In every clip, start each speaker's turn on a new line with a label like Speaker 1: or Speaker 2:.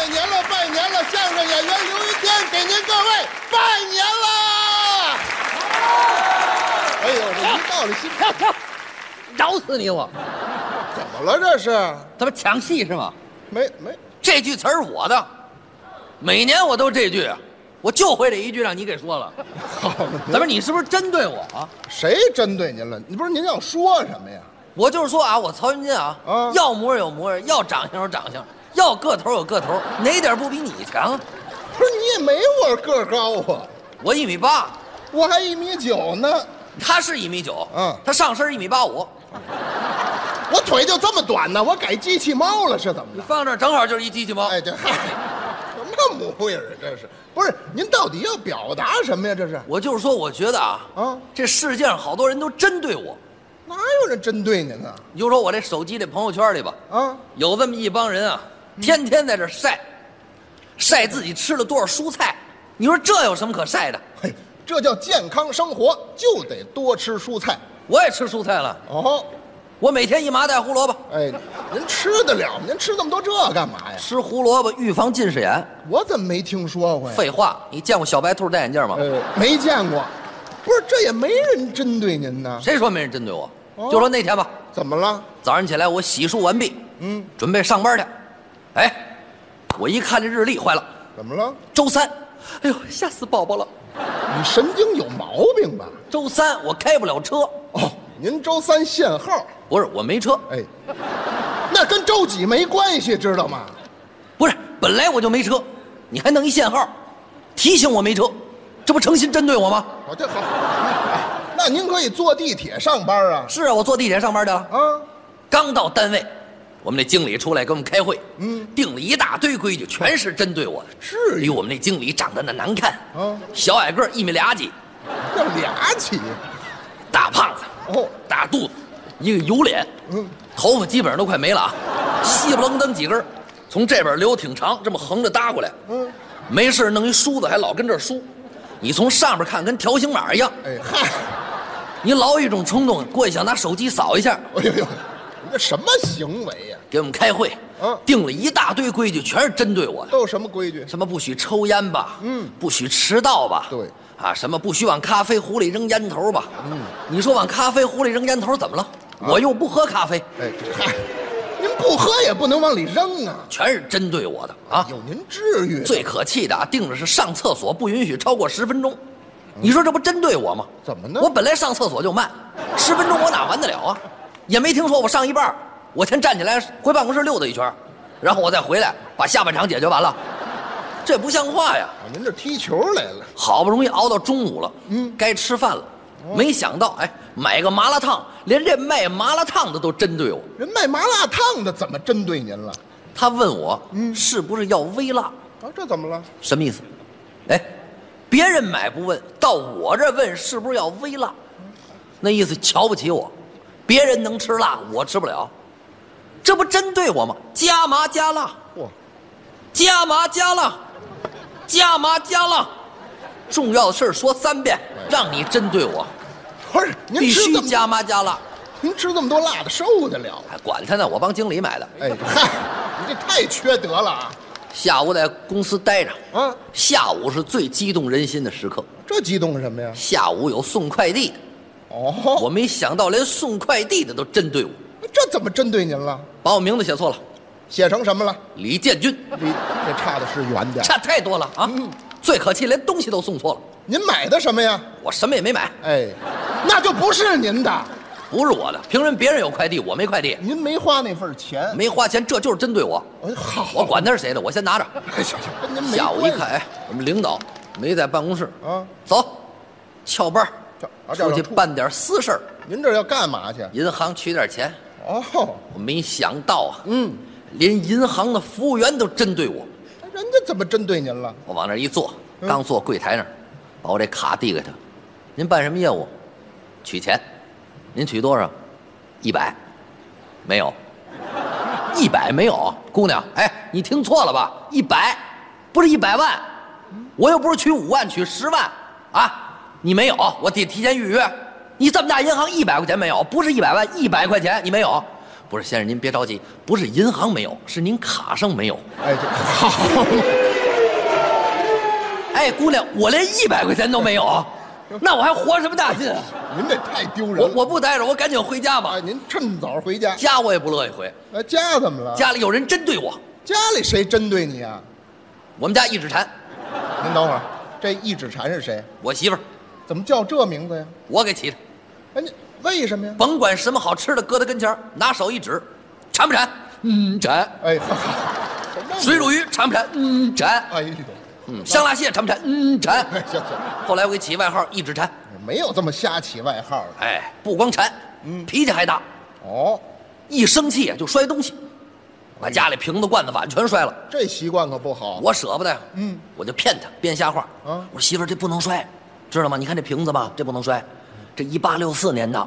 Speaker 1: 拜年了！相声演员刘一天给您各位拜年啦！哎呦，这一到了新
Speaker 2: 跳跳， 饶死你我！
Speaker 1: 怎么了？这是
Speaker 2: 怎么抢戏是吗？
Speaker 1: 没没
Speaker 2: 这句词儿我的，每年我都这句，啊我就会这一句，让你 给说了。
Speaker 1: 好嘛？
Speaker 2: 怎么，你是不是针对我啊？
Speaker 1: 谁针对您了？你不是您要说什么呀？
Speaker 2: 我就是说啊，我曹云金啊，
Speaker 1: 啊
Speaker 2: 要模样有模样，要长相有长相，要个头有个头，哪点不比你强？
Speaker 1: 不是你也没我个儿高啊，
Speaker 2: 我一米八，
Speaker 1: 我还一米九呢，
Speaker 2: 他是一米九，
Speaker 1: 嗯
Speaker 2: 他上身一米八五，
Speaker 1: 我腿就这么短呢，我改机器猫了是怎么
Speaker 2: 你
Speaker 1: 的？
Speaker 2: 放这儿正好就是一机器猫。
Speaker 1: 哎，这嗨，什么模样啊？这是不是？您到底要表达什么呀？这是
Speaker 2: 我就是说，我觉得啊，
Speaker 1: 啊
Speaker 2: 这世界上好多人都针对我。
Speaker 1: 哪有人针对您呢？
Speaker 2: 你就说我这手机这朋友圈里吧，
Speaker 1: 啊，
Speaker 2: 有这么一帮人啊，
Speaker 1: 嗯
Speaker 2: 天天在这晒，晒自己吃了多少蔬菜。你说这有什么可晒的？
Speaker 1: 嘿，这叫健康生活，就得多吃蔬菜。
Speaker 2: 我也吃蔬菜了，
Speaker 1: 哦，
Speaker 2: 我每天一麻袋胡萝卜，
Speaker 1: 哎，您吃得了吗？您吃这么多这干嘛呀？
Speaker 2: 吃胡萝卜预防近视眼。
Speaker 1: 我怎么没听说过呀？
Speaker 2: 废话，你见过小白兔戴眼镜吗？
Speaker 1: 呃，没见过，不是这也没人针对您呢？
Speaker 2: 谁说没人针对我？
Speaker 1: 哦
Speaker 2: 就说那天吧，
Speaker 1: 怎么了？
Speaker 2: 早上起来我洗漱完毕，
Speaker 1: 嗯，
Speaker 2: 准备上班去。哎，我一看这日历，坏了，
Speaker 1: 怎么了？
Speaker 2: 周三，哎呦，吓死宝宝了。
Speaker 1: 你神经有毛病吧？
Speaker 2: 周三我开不了车，
Speaker 1: 哦，您周三限号，
Speaker 2: 不是我没车，
Speaker 1: 哎，那跟周几没关系，知道吗？
Speaker 2: 不是本来我就没车，你还弄一限号，提醒我没车，这不成心针对我吗？
Speaker 1: 我这好，哎那您可以坐地铁上班啊。
Speaker 2: 是啊，我坐地铁上班去了，
Speaker 1: 啊，
Speaker 2: 刚到单位，我们那经理出来给我们开会，
Speaker 1: 嗯
Speaker 2: 定了一大堆规矩，全是针对我的。
Speaker 1: 至于
Speaker 2: 于我们那经理长得那难看，
Speaker 1: 嗯
Speaker 2: 小矮个儿一米俩几，
Speaker 1: 要俩起
Speaker 2: 大胖子，
Speaker 1: 哦，
Speaker 2: 大肚子，一个油脸，
Speaker 1: 嗯，
Speaker 2: 头发基本上都快没了啊，稀不楞登几根儿，从这边留挺长，这么横着搭过来，
Speaker 1: 嗯，
Speaker 2: 没事弄一梳子还老跟这儿梳，你从上面看跟条形码一样，
Speaker 1: 哎嗨，
Speaker 2: 你老有一种冲动过去想拿手机扫一下。
Speaker 1: 哎呦呦，你这什么行为呀、
Speaker 2: 给我们开会，
Speaker 1: 嗯
Speaker 2: 定了一大堆规矩，全是针对我的。
Speaker 1: 都有什么规矩？
Speaker 2: 什么不许抽烟吧，
Speaker 1: 嗯，
Speaker 2: 不许迟到吧，
Speaker 1: 对，
Speaker 2: 啊，什么不许往咖啡壶里扔烟头吧，嗯，你说往咖啡壶里扔烟头怎么了？
Speaker 1: 啊
Speaker 2: 我又不喝咖啡，
Speaker 1: 哎，嗨，您不喝也不能往里扔啊！
Speaker 2: 全是针对我的啊！
Speaker 1: 有您至于？
Speaker 2: 最可气的啊，定的是上厕所不允许超过十分钟，你说这不针对我吗？
Speaker 1: 怎么呢
Speaker 2: 我本来上厕所就慢，十分钟我哪完得了啊？也没听说我上一半儿，我先站起来回办公室溜达一圈儿，然后我再回来把下半场解决完了，这不像话呀！
Speaker 1: 啊您这踢球来了？
Speaker 2: 好不容易熬到中午了，嗯，该吃饭了。没想到，哎，买个麻辣烫，连这卖麻辣烫的都针对我。
Speaker 1: 人卖麻辣烫的怎么针对您了？
Speaker 2: 他问我，
Speaker 1: 嗯
Speaker 2: 是不是要微辣？
Speaker 1: 啊，这怎么了？
Speaker 2: 什么意思？哎，别人买不问，到我这问是不是要微辣？那意思瞧不起我，别人能吃辣，我吃不了，这不针对我吗？加麻加辣，
Speaker 1: 嚯，
Speaker 2: 加麻加辣，加麻加辣，重要的事儿说三遍，让你针对我。
Speaker 1: 不是您
Speaker 2: 必
Speaker 1: 吃
Speaker 2: 须
Speaker 1: 这么
Speaker 2: 加麻加辣。
Speaker 1: 您吃这么多辣的受得了？
Speaker 2: 哎，管他呢，我帮经理买的。
Speaker 1: 哎嗨，你这太缺德了啊！
Speaker 2: 下午在公司待着，
Speaker 1: 啊，
Speaker 2: 下午是最激动人心的时刻。
Speaker 1: 这激动什么呀？
Speaker 2: 下午有送快递的，
Speaker 1: 哦，
Speaker 2: 我没想到连送快递的都针对我，
Speaker 1: 这怎么针对您了？
Speaker 2: 把我名字写错了，
Speaker 1: 写成什么了？
Speaker 2: 李建军，
Speaker 1: 离这差的是远点儿。
Speaker 2: 差太多了啊！
Speaker 1: 嗯
Speaker 2: 最可气，连东西都送错了，
Speaker 1: 您买的什么呀？
Speaker 2: 我什么也没买，
Speaker 1: 哎，那就不是您的，
Speaker 2: 不是我的，凭什么别人有快递，我没快递？
Speaker 1: 您没花那份 钱。
Speaker 2: 没花钱，这就是针对我。
Speaker 1: 哎，好，
Speaker 2: 我管他是谁的，我先拿着。
Speaker 1: 哎行行，跟您没
Speaker 2: 下午一
Speaker 1: 关系
Speaker 2: 看，哎，我们领导没在办公室，
Speaker 1: 啊，
Speaker 2: 走，翘班儿
Speaker 1: 这啊这
Speaker 2: 出去
Speaker 1: 要吐
Speaker 2: 办点私事儿。
Speaker 1: 您这要干嘛去？
Speaker 2: 银行取点钱，
Speaker 1: 哦，
Speaker 2: 我没想到啊，
Speaker 1: 嗯，
Speaker 2: 连银行的服务员都针对我。
Speaker 1: 哎人家怎么针对您了？
Speaker 2: 我往那儿一坐，刚坐柜台那儿，把我这卡递给他。您办什么业务？取钱。您取多少？一百。没有。一百没有，姑娘，哎，你听错了吧？一百，不是一百万。我又不是取五万，取十万啊！你没有，我得提前预约。你这么大银行一百块钱没有，不是一百万，一百块钱你没有。不是先生，您别着急，不是银行没有，是您卡上没有。
Speaker 1: 哎，这好，
Speaker 2: 哎，姑娘，我连一百块钱都没有， 那我还活什么大劲啊？
Speaker 1: 您这太丢人
Speaker 2: 我
Speaker 1: 了。
Speaker 2: 我不待着，我赶紧回家吧
Speaker 1: 哎，。您趁早回家。
Speaker 2: 家我也不乐意回，
Speaker 1: 呃，家怎么了？
Speaker 2: 家里有人针对我，
Speaker 1: 家里谁针对你啊？
Speaker 2: 我们家一指禅，
Speaker 1: 您等会儿，这一指禅是谁？
Speaker 2: 我媳妇儿，
Speaker 1: 怎么叫这名字呀？
Speaker 2: 我给起的，
Speaker 1: 哎，你为什么呀？
Speaker 2: 甭管什么好吃的，搁他跟前儿拿手一指，馋不馋？嗯，馋。
Speaker 1: 哎，哈哈什么名字
Speaker 2: 水煮鱼馋不馋？嗯，馋。
Speaker 1: 哎呦，
Speaker 2: 嗯，香辣蟹馋不馋？嗯，馋。
Speaker 1: 哎，行行，
Speaker 2: 后来我给起外号一指馋，
Speaker 1: 没有这么瞎起外号的。
Speaker 2: 哎，嗯不光馋，脾气还大，
Speaker 1: 哦，
Speaker 2: 一生气啊就摔东西，把家里瓶子、罐子、碗全摔了。
Speaker 1: 这习惯可不好。
Speaker 2: 我舍不得呀，
Speaker 1: 嗯，
Speaker 2: 我就骗他，编瞎话。
Speaker 1: 嗯
Speaker 2: 我说媳妇儿，这不能摔，知道吗？你看这瓶子吧，这不能摔，这一八六四年的，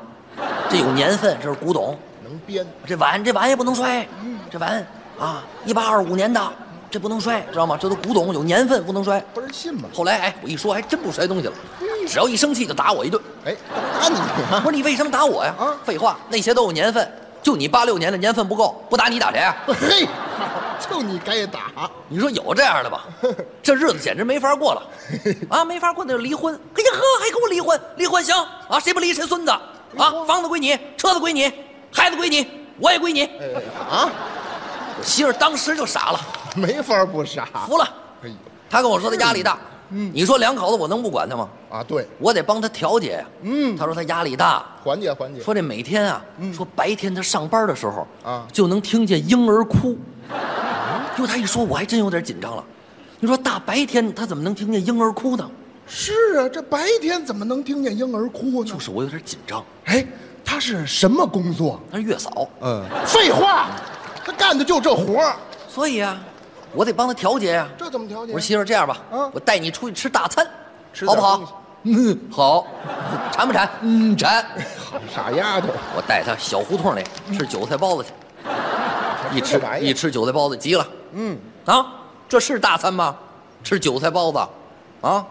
Speaker 2: 这有年份，这是古董。
Speaker 1: 能编，
Speaker 2: 这碗，这碗也不能摔，
Speaker 1: 嗯
Speaker 2: 这碗啊，一八二五年的，这不能摔，知道吗？这都古董，有年份，不能摔。
Speaker 1: 不是信吗？
Speaker 2: 后来哎，我一说还真不摔东西了，只要一生气就打我一顿。
Speaker 1: 哎，打你
Speaker 2: 我
Speaker 1: 啊！
Speaker 2: 说你为什么打我呀？
Speaker 1: 啊
Speaker 2: 废话，那些都有年份，就你八六年的年份不够，不打你打谁啊？
Speaker 1: 嘿，就你该打。
Speaker 2: 你说有这样的吧？这日子简直没法 过了，啊，没法过那就离婚。哎呀呵，还跟我离婚？离婚行啊，谁不离谁孙子啊？房子归你，车子归你，孩子归你，我也归你。
Speaker 1: 哎啊，
Speaker 2: 我媳妇儿当时就傻了，
Speaker 1: 没法不傻。
Speaker 2: 服了。
Speaker 1: 哎呦，
Speaker 2: 她跟我说她压力大，
Speaker 1: 嗯
Speaker 2: 你说两口子我能不管她吗？
Speaker 1: 啊，对，
Speaker 2: 我得帮她调解呀。
Speaker 1: 嗯
Speaker 2: 她说她压力大，
Speaker 1: 缓解缓解。
Speaker 2: 说这每天啊，说白天他上班的时候
Speaker 1: 啊
Speaker 2: 就能听见婴儿哭。就他一说，我还真有点紧张了。你说大白天他怎么能听见婴儿哭呢？
Speaker 1: 是啊，这白天怎么能听见婴儿哭呢？
Speaker 2: 就是我有点紧张。
Speaker 1: 哎，他是什么工作？
Speaker 2: 他是月嫂，
Speaker 1: 嗯，废话，他干的就这活儿，
Speaker 2: 所以啊，我得帮他调节呀、
Speaker 1: 这怎么调
Speaker 2: 我
Speaker 1: 解？
Speaker 2: 说媳妇儿，这样吧，
Speaker 1: 啊
Speaker 2: 我带你出去吃大餐，
Speaker 1: 吃
Speaker 2: 好
Speaker 1: 点
Speaker 2: 不好？嗯，好。馋不馋？嗯，馋。
Speaker 1: 傻丫头，
Speaker 2: 我带他小胡同里吃韭菜包子去，一
Speaker 1: 嗯这
Speaker 2: 吃
Speaker 1: 玩意儿
Speaker 2: 一吃韭菜包子急了。
Speaker 1: 嗯，
Speaker 2: 啊，这是大餐吗？吃韭菜包子，啊，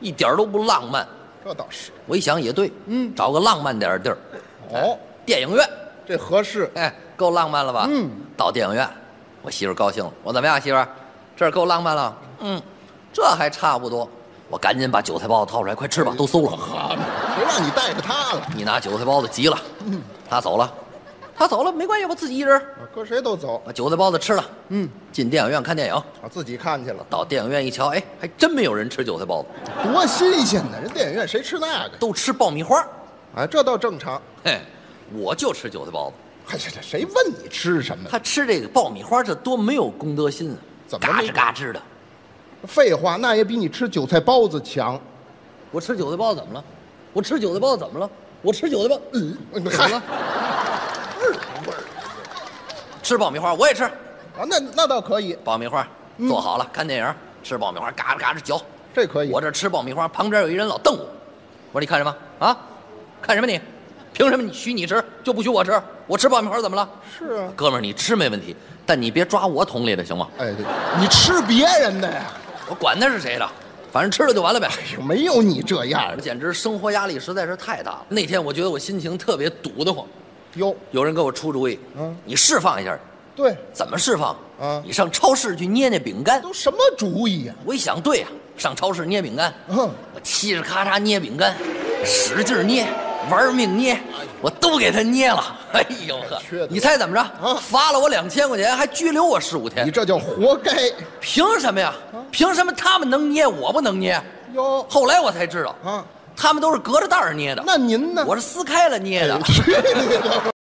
Speaker 2: 一点儿都不浪漫。
Speaker 1: 这倒是。
Speaker 2: 我一想也对，嗯，找个浪漫点儿的地儿，
Speaker 1: 哦，
Speaker 2: 电影院，
Speaker 1: 这合适。
Speaker 2: 哎，够浪漫了吧？
Speaker 1: 嗯，
Speaker 2: 到电影院，我媳妇儿高兴了。我怎么样，媳妇儿？这儿够浪漫了？嗯，这还差不多。我赶紧把韭菜包子掏出来，快吃吧，都馊了。
Speaker 1: 谁让你带着他了？
Speaker 2: 你拿韭菜包子急了，他走了，嗯他走了没关系，我自己一人儿
Speaker 1: 啊搁谁都走，
Speaker 2: 把韭菜包子吃了。
Speaker 1: 嗯，
Speaker 2: 进电影院看电影，
Speaker 1: 我自己看去了，
Speaker 2: 到电影院一瞧，哎，还真没有人吃韭菜包子，
Speaker 1: 多新鲜呢！人电影院谁吃那个？
Speaker 2: 都吃爆米花。
Speaker 1: 啊，这倒正常。
Speaker 2: 嘿，我就吃韭菜包子。
Speaker 1: 哎呀，这谁问你吃什么？
Speaker 2: 他吃这个爆米花，这多没有公德心啊！
Speaker 1: 怎么
Speaker 2: 嘎
Speaker 1: 没
Speaker 2: 吱嘎吱的？
Speaker 1: 废话，那也比你吃韭菜包子强。
Speaker 2: 我吃韭菜包子怎么了？我吃韭菜包子怎么了？我吃韭菜包，嗯，
Speaker 1: 嗯
Speaker 2: 怎么了？吃爆米花我也吃，
Speaker 1: 啊，那那倒可以，
Speaker 2: 爆米花做好了，看电影吃爆米花，嘎吱嘎吱嚼。
Speaker 1: 这可以。
Speaker 2: 我这吃爆米花，旁边有一人老瞪我，我说你看什么啊？看什么你？凭什么你许你吃就不许我吃？我吃爆米花怎么了？
Speaker 1: 是啊，
Speaker 2: 哥们儿，你吃没问题，但你别抓我桶里的行吗？
Speaker 1: 哎，对，你吃别人的呀，
Speaker 2: 我管他是谁的，反正吃了就完了呗。
Speaker 1: 就没有你这样
Speaker 2: 我
Speaker 1: 的。
Speaker 2: 简直生活压力实在是太大了。那天我觉得我心情特别堵得慌，
Speaker 1: 哟，
Speaker 2: 有人给我出主意，
Speaker 1: 嗯
Speaker 2: 你释放一下，
Speaker 1: 对，
Speaker 2: 怎么释放？
Speaker 1: 嗯
Speaker 2: 你上超市去捏捏饼干。
Speaker 1: 都什么主意呀、
Speaker 2: 我一想，对呀、上超市捏饼干，
Speaker 1: 嗯
Speaker 2: 我嘁哧咔嚓捏饼干，使劲捏，玩命捏，我都给他捏了。 哎呦呵
Speaker 1: 缺德，
Speaker 2: 你猜怎么着？
Speaker 1: 嗯
Speaker 2: 罚了我两千块钱，还拘留我十五
Speaker 1: 你啊
Speaker 2: 天，
Speaker 1: 这叫活该。
Speaker 2: 凭什么呀？凭什么他们能捏，我不能捏？
Speaker 1: 哟，
Speaker 2: 后来我才知道，
Speaker 1: 啊，
Speaker 2: 他们都是隔着袋儿捏的，
Speaker 1: 那您呢？哎
Speaker 2: 我是撕开了捏的。
Speaker 1: 去你的吧！